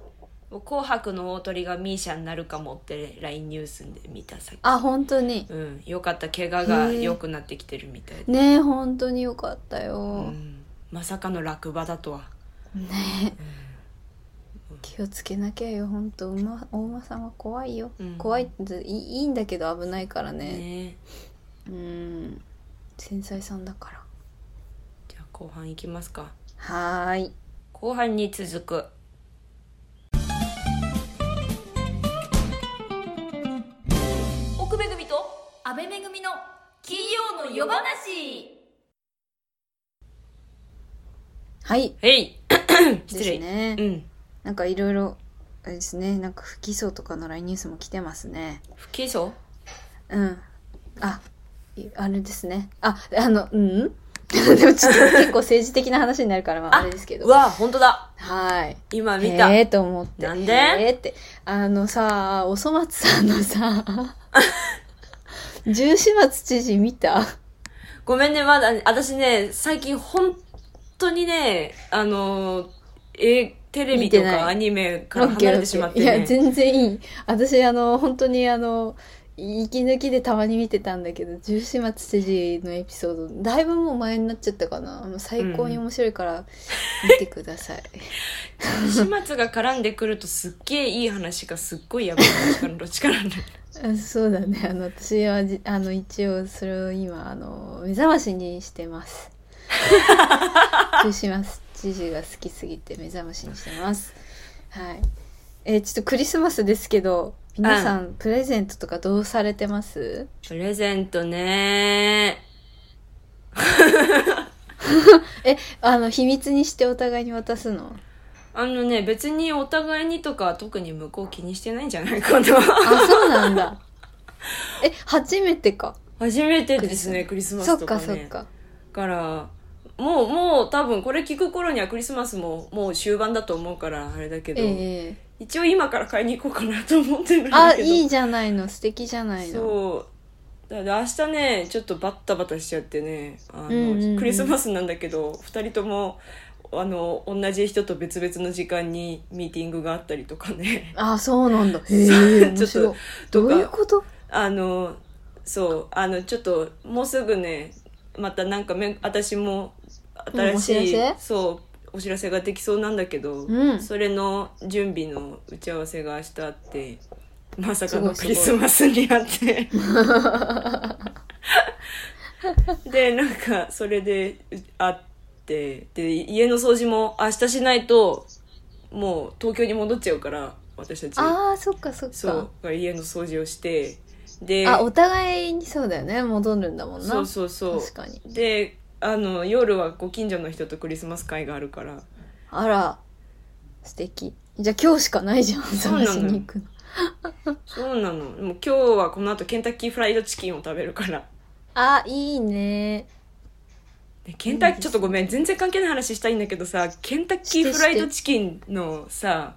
Speaker 2: ー
Speaker 1: もう紅白の大鳥がミーシャになるかもって LINE ニュースで見たさっき
Speaker 2: あ本当に
Speaker 1: うんよかった怪我が良くなってきてるみたいで、
Speaker 2: ねえ本当によかったよ
Speaker 1: う
Speaker 2: ー、
Speaker 1: ん、まさかの落馬だとは
Speaker 2: ねえ気をつけなきゃよ本当馬お馬さんは怖いよ、
Speaker 1: うん
Speaker 2: 怖いっていいいいんだけど危ないから
Speaker 1: ね
Speaker 2: ねうん繊細さんだから
Speaker 1: じゃあ後半いきますか
Speaker 2: はーい
Speaker 1: 後半に続く奥めぐみと安倍めぐみの金曜の夜話
Speaker 2: はい
Speaker 1: えい失
Speaker 2: です
Speaker 1: 礼、
Speaker 2: ね、
Speaker 1: うん
Speaker 2: なんかいろいろあれですねなんか不起訴とかの LINE ニュースも来てますね
Speaker 1: 不起訴
Speaker 2: うん。あ、いあれですね。あ、あの、うん [LAUGHS] でもちょっと結構政治的な話になるから、まあ、
Speaker 1: あ
Speaker 2: あれですけ
Speaker 1: う
Speaker 2: ど。
Speaker 1: わ本当だ
Speaker 2: はい。
Speaker 1: 今見た、
Speaker 2: ええと思って。
Speaker 1: なんで
Speaker 2: えーって。あのさ、おそ松さんのさ、
Speaker 1: [LAUGHS]
Speaker 2: 十四松知事見た
Speaker 1: ごめんね、まだ、私ね、最近本当にね、あのー、え、テレビと
Speaker 2: 見てない
Speaker 1: かアニメから離れてしまって
Speaker 2: いや、
Speaker 1: ね。
Speaker 2: 全然いい。私、あの、本当に、あの、息抜きでたまに見てたんだけど、十四松知事のエピソード、だいぶもう前になっちゃったかな。もう最高に面白
Speaker 1: [LAUGHS]
Speaker 2: いから、見てください。
Speaker 1: 始末が絡んでくるとすっげえいい話がすっごいやばい話からどっちからね。
Speaker 2: あそうだねあの私はじあの一応それを今あの目覚ましにしてます中止ます知事が好きすぎて目覚ましにしてますはいえーちょっとクリスマスですけど皆さん、プレゼントとかどうされてます
Speaker 1: プレゼントね
Speaker 2: えあの秘密にしてお互いに渡すの
Speaker 1: あのね、別にお互いにとか特に向こう気にしてないんじゃない [LAUGHS] かな。
Speaker 2: あそうなんだえ初めてか
Speaker 1: 初めてですね、クリスマ
Speaker 2: そ
Speaker 1: ス
Speaker 2: っ
Speaker 1: とか
Speaker 2: か
Speaker 1: ね。
Speaker 2: そっか
Speaker 1: から、もうもう多分これ聞く頃にはクリスマスももう終盤だと思うからあれだけど、
Speaker 2: ええ
Speaker 1: 一応今から買いに行こうかなと思ってるんだ
Speaker 2: あ
Speaker 1: けど
Speaker 2: いいじゃないの素敵じゃないの
Speaker 1: そうだから明日ねちょっとバッタバタしちゃってねあの、
Speaker 2: うんうんうん
Speaker 1: クリスマスなんだけど2人ともあの同じ人と別々の時間にミーティングがあったりとかね [LAUGHS]
Speaker 2: あそうなんだへえ [LAUGHS] 面
Speaker 1: ちょ
Speaker 2: 白
Speaker 1: っ
Speaker 2: いどういうこと
Speaker 1: あのそうあのちょっともうすぐねまたなんかめ私も新しい、
Speaker 2: うんお知らせ
Speaker 1: そうお知らせができそうなんだけど、
Speaker 2: うん
Speaker 1: それの準備の打ち合わせが明日あってまさか
Speaker 2: すご
Speaker 1: の
Speaker 2: いす
Speaker 1: ク
Speaker 2: ごい
Speaker 1: リスマスにあって
Speaker 2: [LAUGHS]
Speaker 1: でなんかそれであってで家の掃除も明日しないともう東京に戻っちゃうから私たち
Speaker 2: ああそっかそっ
Speaker 1: そうだ
Speaker 2: か
Speaker 1: から家の掃除をしてで
Speaker 2: あお互いにそうだよね戻るんだもんな
Speaker 1: そうそうそう
Speaker 2: 確かに
Speaker 1: であの夜はご近所の人とクリスマス会があるから
Speaker 2: あら素敵じゃあ今日しかないじゃん
Speaker 1: そうなの
Speaker 2: 探しに行くの
Speaker 1: そうなのもう今日はこの後ケンタッキーフライドチキンを食べるから
Speaker 2: あいいね
Speaker 1: でケンタッ
Speaker 2: いい
Speaker 1: キー
Speaker 2: ですね
Speaker 1: ちょっとごめん全然関係ない話したいんだけどさケンタッキーフライドチキンのさ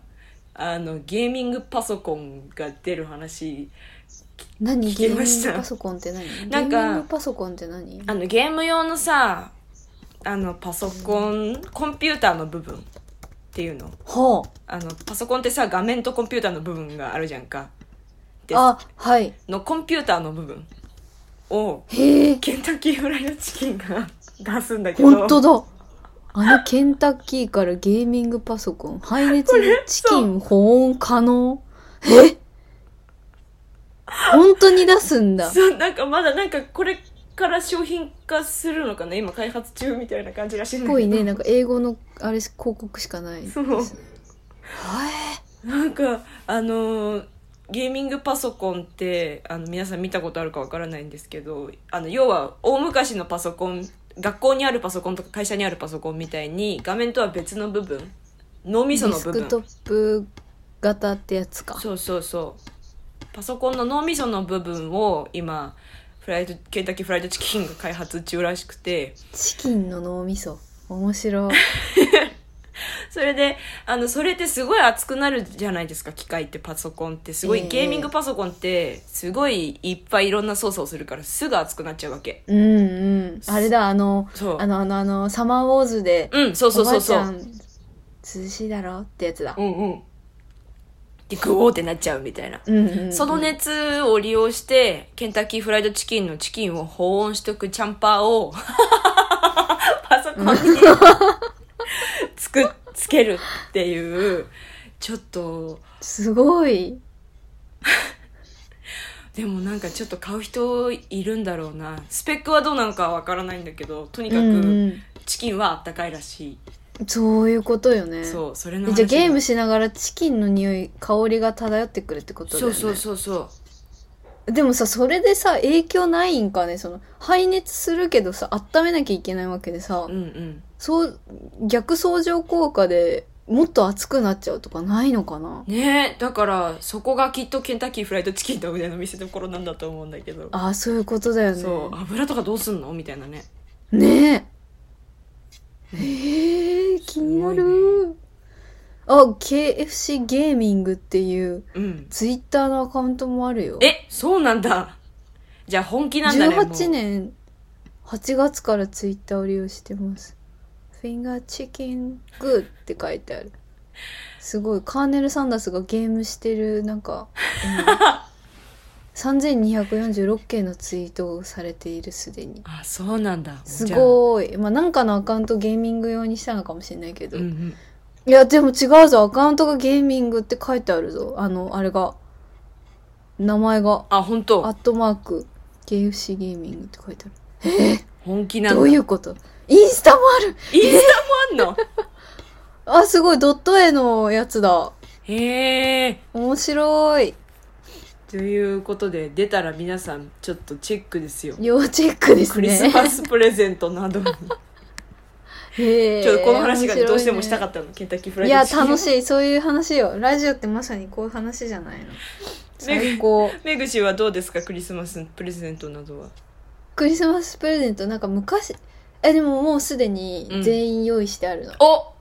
Speaker 1: あのゲーミングパソコンが出る話
Speaker 2: 何
Speaker 1: 聞
Speaker 2: ゲ
Speaker 1: き
Speaker 2: ー
Speaker 1: ま
Speaker 2: ミ
Speaker 1: し
Speaker 2: ン
Speaker 1: た
Speaker 2: グパソコンって何
Speaker 1: なん
Speaker 2: ゲ
Speaker 1: か
Speaker 2: ーミングパソコンって何
Speaker 1: あのゲーム用のさあのパソコンコンピューターの部分っていうの
Speaker 2: ほう
Speaker 1: あのパソコンってさ画面とコンピューターの部分があるじゃんかで
Speaker 2: あはい
Speaker 1: のコンピューターの部分を
Speaker 2: へえ
Speaker 1: ケンタッキーフライドチキンが出すんだけど
Speaker 2: 本当だあのケンタッキーからゲーミングパソコン排熱でチキン保温可能え本当に出すんだ
Speaker 1: そうなんかまだなんかこれから商品化するのかな今開発中みたいな感じらしいん
Speaker 2: っ
Speaker 1: だけど
Speaker 2: ぽいねなんか英語のあれ広告しかない
Speaker 1: そう
Speaker 2: ですねは
Speaker 1: なんかあのーゲーミングパソコンってあの皆さん見たことあるかわからないんですけどあの要は大昔のパソコン学校にあるパソコンとか会社にあるパソコンみたいに画面とは別の部分脳
Speaker 2: い
Speaker 1: みそ
Speaker 2: デ
Speaker 1: の
Speaker 2: ス
Speaker 1: 部
Speaker 2: ク
Speaker 1: 分
Speaker 2: トップ型ってやつか
Speaker 1: そうそうそうパソコンの脳みその部分を今フライドケンタッキーフライドチキンが開発中らしくて
Speaker 2: チキンの脳みそ面白い
Speaker 1: それであのそれってすごい熱くなるじゃないですか機械ってパソコンってすごい、
Speaker 2: ええ
Speaker 1: ゲーミングパソコンってすごいいっぱいいろんな操作をするからすぐ熱くなっちゃうわけ
Speaker 2: うんうんあれだあの
Speaker 1: そう
Speaker 2: あのあのあのサマーウォーズで
Speaker 1: うんそうそうそうそ
Speaker 2: おばあ
Speaker 1: う
Speaker 2: ちゃん涼しいだろってやつだ
Speaker 1: うんうんでグオーってなっちゃうみたいな、
Speaker 2: うんうんうん
Speaker 1: その [LAUGHS] 熱を利用してケンタッキーフライドチキンのチキンを保温しとくチャンパー
Speaker 2: [LAUGHS]
Speaker 1: をパソコンにつくつけるっていうちょっと
Speaker 2: すごい
Speaker 1: でもなんかちょっと買う人いるんだろうなスペックはどうなのかわからないんだけどとにかく
Speaker 2: ん
Speaker 1: チキンはあったかいらしい、
Speaker 2: うん、そういうことよね
Speaker 1: そうそれの
Speaker 2: え
Speaker 1: 話
Speaker 2: じゃあゲームしながらチキンの匂い香りが漂ってくるってことだ
Speaker 1: そ
Speaker 2: よ
Speaker 1: う
Speaker 2: ね
Speaker 1: そうそうそう
Speaker 2: でもさそれでさ影響ないんかねその排熱するけどさ温めなきゃいけないわけでさ、
Speaker 1: うんうん
Speaker 2: そう逆相乗効果でもっと熱くなっちゃうとかないのかな
Speaker 1: ねえだからそこがきっとケンタッキーフライドチキンと腕の見せ所なんだと思うんだけど
Speaker 2: ああそういうことだよね
Speaker 1: そう油とかどうすんのみたいなね
Speaker 2: ねえ。ええ気になる。あ、KFC ゲーミングっていう
Speaker 1: うん
Speaker 2: ツイッターのアカウントもあるよ。
Speaker 1: えそうなんだじゃあ本気なんだねもう
Speaker 2: ?18 年8月からツイッターを利用してます。フィンガーチキングーって書いてある。すごい。カーネル・サンダースがゲームしてる、な
Speaker 1: [LAUGHS]
Speaker 2: んか、うん、3246件のツイートをされているすでに。
Speaker 1: あそうなんだ
Speaker 2: す
Speaker 1: じゃあ
Speaker 2: ごい。まあ、なんかのアカウントゲーミング用にしたのかもしれないけど。
Speaker 1: うんうん
Speaker 2: いや、でも違うぞ。アカウントがゲーミングって書いてあるぞ。あの、あれが。名前が。
Speaker 1: あ本
Speaker 2: ア
Speaker 1: 当
Speaker 2: ットマーク。KFC ゲーミングって書いてあ
Speaker 1: 本気なん
Speaker 2: る。
Speaker 1: だ
Speaker 2: どういうことインスタもある
Speaker 1: インスタも
Speaker 2: [LAUGHS]
Speaker 1: あんの
Speaker 2: あ、すごい。ドット絵のやつだ。
Speaker 1: へえ
Speaker 2: 面白い。
Speaker 1: ということで出たら皆さんちょっとチェックですよ
Speaker 2: 要チェックです
Speaker 1: ク
Speaker 2: ね。
Speaker 1: リスマスプレゼントな
Speaker 2: [LAUGHS]
Speaker 1: どに
Speaker 2: へー
Speaker 1: ちょっとこの話がどうしてもしたか
Speaker 2: 面
Speaker 1: ったの、ケンタッキーフ
Speaker 2: 白
Speaker 1: ラ
Speaker 2: いね
Speaker 1: イド
Speaker 2: いや、
Speaker 1: チキン
Speaker 2: 楽しい。そういう話よ。ラジオってまさにこういう話じゃないの。最高。
Speaker 1: めぐしはどうですかクリスマスプレゼントなどは
Speaker 2: クリスマスプレゼントなんか昔えでももうすでに全員用意してあるの、
Speaker 1: お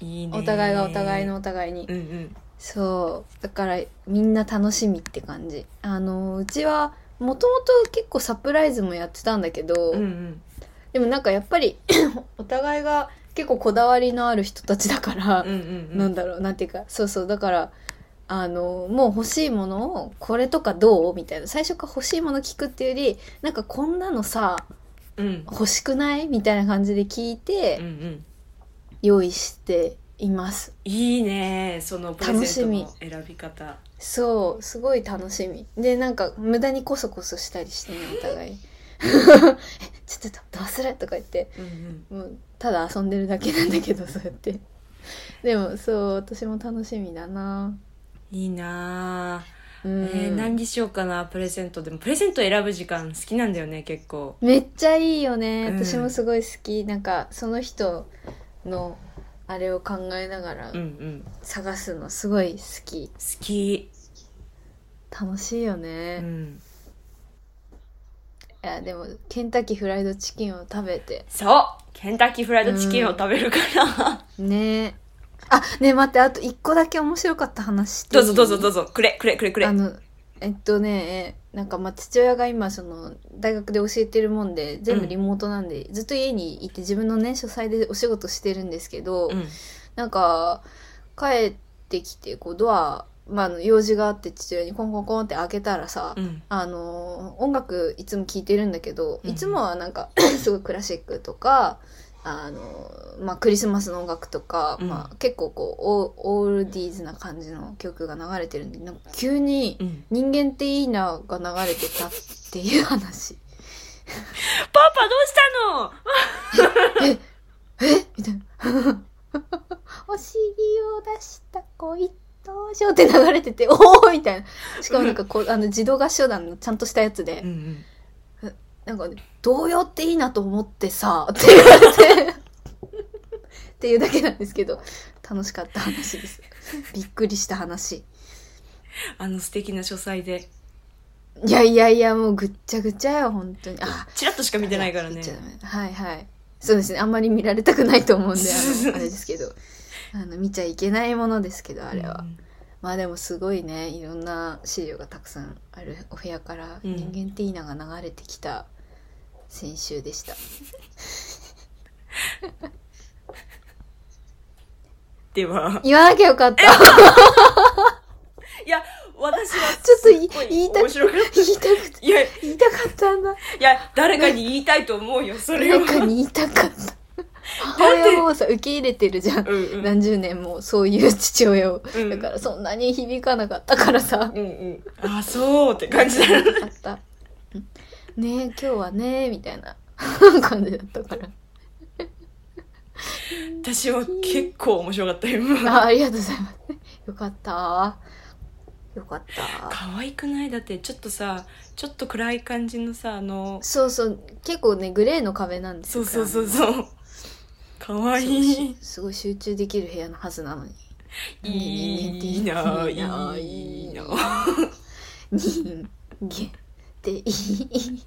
Speaker 1: いいね
Speaker 2: お互いがお互いのお互いに、
Speaker 1: うんうん
Speaker 2: そうだからみんな楽しみって感じあのうちはもともと結構サプライズもやってたんだけど、
Speaker 1: うんうん
Speaker 2: でもなんかやっぱり [COUGHS] お互いが結構こだわりのある人たちだから、
Speaker 1: うんうんうん
Speaker 2: なんだろうなんていうかそうそうだからあのもう欲しいものをこれとかどうみたいな最初から欲しいもの聞くっていうよりなんかこんなのさ
Speaker 1: うん
Speaker 2: 欲しくないみたいな感じで聞
Speaker 1: う
Speaker 2: い
Speaker 1: んう
Speaker 2: て
Speaker 1: ん
Speaker 2: 用意しています
Speaker 1: いいねそのプレゼントの
Speaker 2: 楽
Speaker 1: 選び方
Speaker 2: そうすごい楽しみでなんか無駄にコソコソしたりしてねお互い [LAUGHS] えちょっとどうするとか言って
Speaker 1: うんうん
Speaker 2: もうただ遊んでるだけなんだけどそうやってでもそう私も楽しみだない
Speaker 1: いなあ
Speaker 2: うん、
Speaker 1: えー何にしようかなプレゼントでもプレゼント選ぶ時間好きなんだよね結構
Speaker 2: めっちゃいいよね
Speaker 1: うん
Speaker 2: 私もすごい好き、なんかその人のあれを考えながら
Speaker 1: うんうん好
Speaker 2: 探すのすごい好き
Speaker 1: き
Speaker 2: 楽しいよ
Speaker 1: う
Speaker 2: ね、
Speaker 1: ん
Speaker 2: いやでもケンタッキーフライドチキンを食べて
Speaker 1: そうケンタッキーフライドチキンを食べるから、
Speaker 2: ねあねえ待ってあと1個だけ面白かった話して
Speaker 1: どうぞどうぞどう
Speaker 2: ぞ
Speaker 1: ぞくれくれくれくれ
Speaker 2: あのえっとねなんかまあ父親が今その大学で教えてるもんで全部リモートなんで、ずっと家にいて自分のね書斎でお仕事してるんですけど、
Speaker 1: うん
Speaker 2: なんか帰ってきてこうドア、まああの、用事があって父親にコンコンコンって開けたらさ、
Speaker 1: うん
Speaker 2: あの音楽いつも聴いてるんだけど、
Speaker 1: うん
Speaker 2: いつもはなんか [CLEARS THROAT] すごいクラシックとかあの、まあ、クリスマスの音楽とか、
Speaker 1: うん
Speaker 2: まあ、結構こうオーオールディーズな感じの曲が流れてるんでなんか急に
Speaker 1: うん
Speaker 2: 「人間っていいな」が流れてたっていう話。 [LAUGHS]
Speaker 1: パパどうしたの
Speaker 2: ええみたいな。 [LAUGHS] お尻を出した子一等賞って流れてて、おーみたいな。しかもなんかこう、あの、自動合唱団のちゃんとしたやつで、
Speaker 1: ん
Speaker 2: なんかね、童謡っていいなと思ってさ、 [LAUGHS] って言われて、っていうだけなんですけど、楽しかった話です。びっくりした話。
Speaker 1: あの素敵な書斎で
Speaker 2: いやいやいや、もうぐっちゃぐちゃよ、本当に。あ、
Speaker 1: チラッとしか見てないからね
Speaker 2: 見ちゃダメはいはい。そうですね。あんまり見られたくないと思うんで、
Speaker 1: [LAUGHS]
Speaker 2: あのあれですけど。あの、見ちゃいけないものですけど、あれは。
Speaker 1: うん
Speaker 2: まあでもすごいね、いろんな資料がたくさんあるお部屋から、
Speaker 1: うん
Speaker 2: 人間っていいなが流れてきた先週でした。
Speaker 1: では
Speaker 2: 言わなきゃよかった。
Speaker 1: いや私は
Speaker 2: ちょっとい
Speaker 1: すご
Speaker 2: 言いたく
Speaker 1: 面白かっ
Speaker 2: [LAUGHS] 言いたくて、
Speaker 1: たいやい
Speaker 2: 言いたかったんだ。
Speaker 1: や誰かに言いたいと思うよそれ
Speaker 2: 誰
Speaker 1: は
Speaker 2: かに言いたかった。
Speaker 1: [LAUGHS]
Speaker 2: 母親もさ、受け入れてるじゃん。
Speaker 1: うんうん
Speaker 2: 何十年もそういう父親を。
Speaker 1: うん
Speaker 2: だからそんなに響かなかったからさ。
Speaker 1: うんうんあそうって感じだよ
Speaker 2: あった。 [LAUGHS] ねえ、今日はねえ、みたいな [LAUGHS] 感じだったから。
Speaker 1: 私は結構面白かった今
Speaker 2: あありがとうございます。よかった。よかった。
Speaker 1: 可愛くないだってちょっとさちょっと暗い感じのさあの
Speaker 2: そうそう、結構ね、グレーの壁なんです
Speaker 1: そ
Speaker 2: よ
Speaker 1: うそうそう
Speaker 2: そう
Speaker 1: そう可愛
Speaker 2: し
Speaker 1: い
Speaker 2: すごい集中できる部屋のはずなのに。
Speaker 1: いいないいないいいな
Speaker 2: 人間っていい。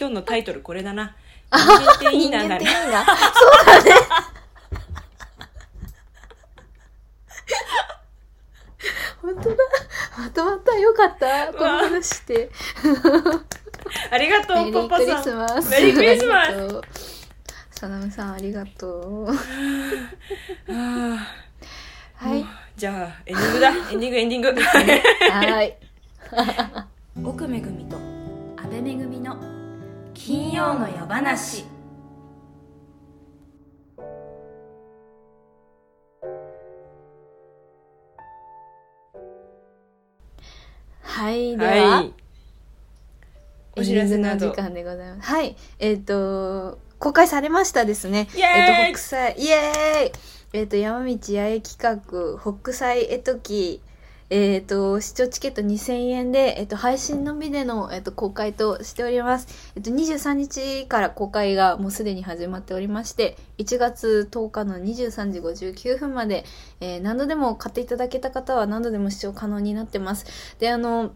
Speaker 1: 今日のタイトルこれだな人間っていい
Speaker 2: 人
Speaker 1: な
Speaker 2: 間っ
Speaker 1: な
Speaker 2: て
Speaker 1: ら
Speaker 2: いいな。そうだね。本当だ。まとまった。よかった。この話して。
Speaker 1: ありがと
Speaker 2: メリ
Speaker 1: うパ
Speaker 2: ー
Speaker 1: パ
Speaker 2: クリ
Speaker 1: さん
Speaker 2: スマス。
Speaker 1: メリークリスマス
Speaker 2: ありがとう。サナムさんありがとう。
Speaker 1: はあ
Speaker 2: はい
Speaker 1: もう。じゃあエンディ
Speaker 2: [LAUGHS]
Speaker 1: ングだエンディングエンディング
Speaker 2: はい。
Speaker 1: 奥めぐみと
Speaker 2: 安倍めぐみの
Speaker 1: 金曜の夜話
Speaker 2: はい。では。
Speaker 1: はいお知らせな
Speaker 2: エンディン
Speaker 1: ど
Speaker 2: グの時間でございます。はい、えっ、と公開されましたですね。
Speaker 1: イエーイ
Speaker 2: えっ、と北斎イエーイ。えっ、と山道八重企画北斎絵解き。えっ、と視聴チケット2000円でえっ、と配信のみでのえっ、と公開としております。えっ、と23日から公開がもうすでに始まっておりまして、1月10日の23時59分まで、えー何度でも買っていただけた方は何度でも視聴可能になってます。であの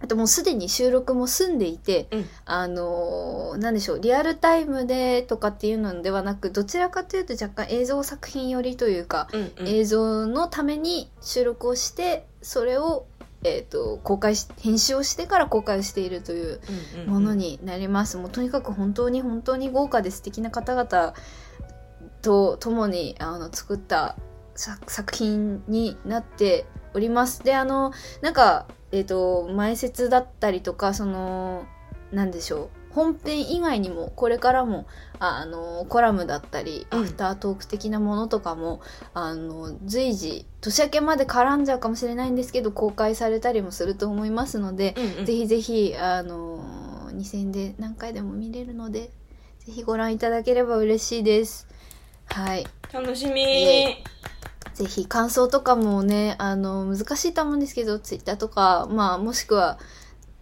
Speaker 2: あともうすでに収録も済んでいて、
Speaker 1: うん
Speaker 2: あのーなんでしょうリアルタイムでとかっていうのではなくどちらかというと若干映像作品寄りというか、
Speaker 1: うんうん
Speaker 2: 映像のために収録をしてそれを、えー、と公開し編集をしてから公開をしているという
Speaker 1: うんうんうん
Speaker 2: ものになります、もうとにかく本当に本当に豪華で素敵な方々と共にあの作った作作品になっておりますであのなんかえっ、と前説だったりとかそのなんでしょう本編以外にもこれからもああのコラムだったり、
Speaker 1: うん
Speaker 2: アフタートーク的なものとかもあの随時年明けまで絡んじゃうかもしれないんですけど公開されたりもすると思いますので、
Speaker 1: うんうん
Speaker 2: ぜひぜひ、あのー、2000で何回でも見れるので、ぜひご覧いただければ嬉しいです。はい。
Speaker 1: 楽し
Speaker 2: エ
Speaker 1: み
Speaker 2: ぜひ感想とかもね、あの、難しいと思うんですけど、ツイッターとか、まあ、もしくは、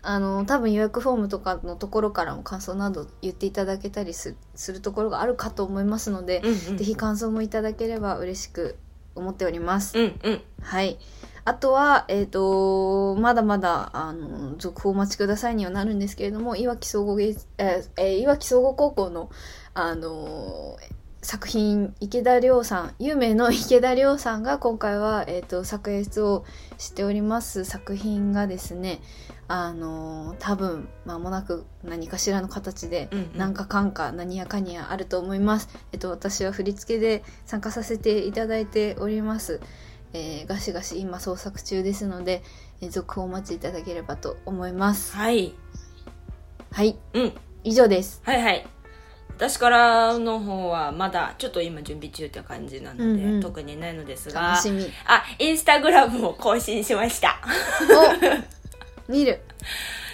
Speaker 2: あの、多分予約フォームとかのところからも感想など言っていただけたりすするところがあるかと思いますので、
Speaker 1: うんうん
Speaker 2: ぜひ感想もいただければ嬉しく思っております。
Speaker 1: うんうん
Speaker 2: はい。あとは、えっ、と、まだまだ、あの、続報お待ちくださいにはなるんですけれども、いわき総合芸術、えーえーいわき総合高校の、あのー作品、池田亮さん、有名の池田亮さんが今回は、えっ、と、作演出をしております作品がですね、あのー多分、間もなく何かしらの形で、
Speaker 1: うんうん
Speaker 2: なんかかんか何やかにやあると思います。えっと、私は振り付けで参加させていただいております。えーガシガシ今創作中ですので、えー続報お待ちいただければと思います。
Speaker 1: はい
Speaker 2: はい、
Speaker 1: うん
Speaker 2: 以上です。
Speaker 1: はいはい私からの方はまだちょっと今準備中って感じなので、
Speaker 2: うんうん
Speaker 1: 特にないのですが
Speaker 2: 楽し
Speaker 1: [LAUGHS]
Speaker 2: み。
Speaker 1: あインスタグラムを更新しました [LAUGHS]
Speaker 2: お見る。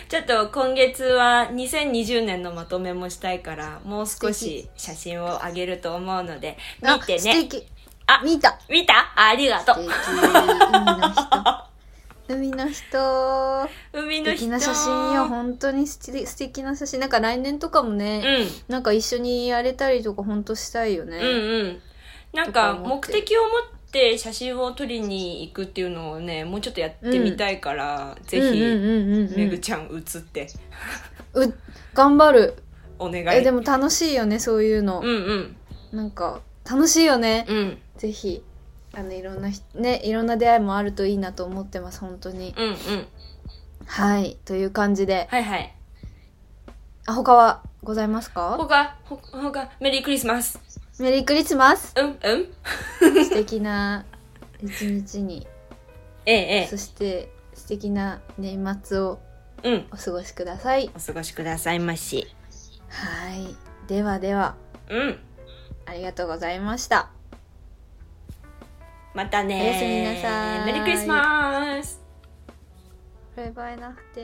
Speaker 1: ちょっと今月は2020年のまとめもしたいからもう少し写真をあげると思うので
Speaker 2: あ
Speaker 1: 見て
Speaker 2: 素
Speaker 1: ね
Speaker 2: 敵。
Speaker 1: あ
Speaker 2: 見た。
Speaker 1: 見たありがと
Speaker 2: 素敵
Speaker 1: う [LAUGHS]
Speaker 2: 海の人。海
Speaker 1: 海の人
Speaker 2: の人。素敵な写真よ。本当に素敵素敵な写真。なんか来年とかもね、
Speaker 1: う
Speaker 2: なんか一緒にやれたりとか本当したいよね。
Speaker 1: んうんうんなん
Speaker 2: とか
Speaker 1: か
Speaker 2: 思っ
Speaker 1: 目
Speaker 2: て
Speaker 1: 的を持って写真を撮りに行くっていうのをねもうちょっとやってみたいから、ぜひ、
Speaker 2: うんうんうんうん
Speaker 1: めぐちゃん写って
Speaker 2: うん、う頑張る。
Speaker 1: お願
Speaker 2: え
Speaker 1: い
Speaker 2: でも楽しいよねそういうの
Speaker 1: う、んうん
Speaker 2: なんか楽しいよね、
Speaker 1: うん
Speaker 2: ぜひあのいろんなひねいろんな出会いもあるといいなと思ってます本当に、
Speaker 1: うんうん
Speaker 2: はいという感じで
Speaker 1: はいはい
Speaker 2: あ他はございますか
Speaker 1: 他ほ他メリークリスマス
Speaker 2: メリークリスマス
Speaker 1: うんうん
Speaker 2: 素敵な一日に
Speaker 1: えええ
Speaker 2: そして素敵な年末を
Speaker 1: えうん
Speaker 2: お過ごしください
Speaker 1: お過ごしくださいまし
Speaker 2: はいではでは
Speaker 1: うん
Speaker 2: ありがとうございました
Speaker 1: またね
Speaker 2: おやすみなさい
Speaker 1: メリークリスマス
Speaker 2: バイバイなくて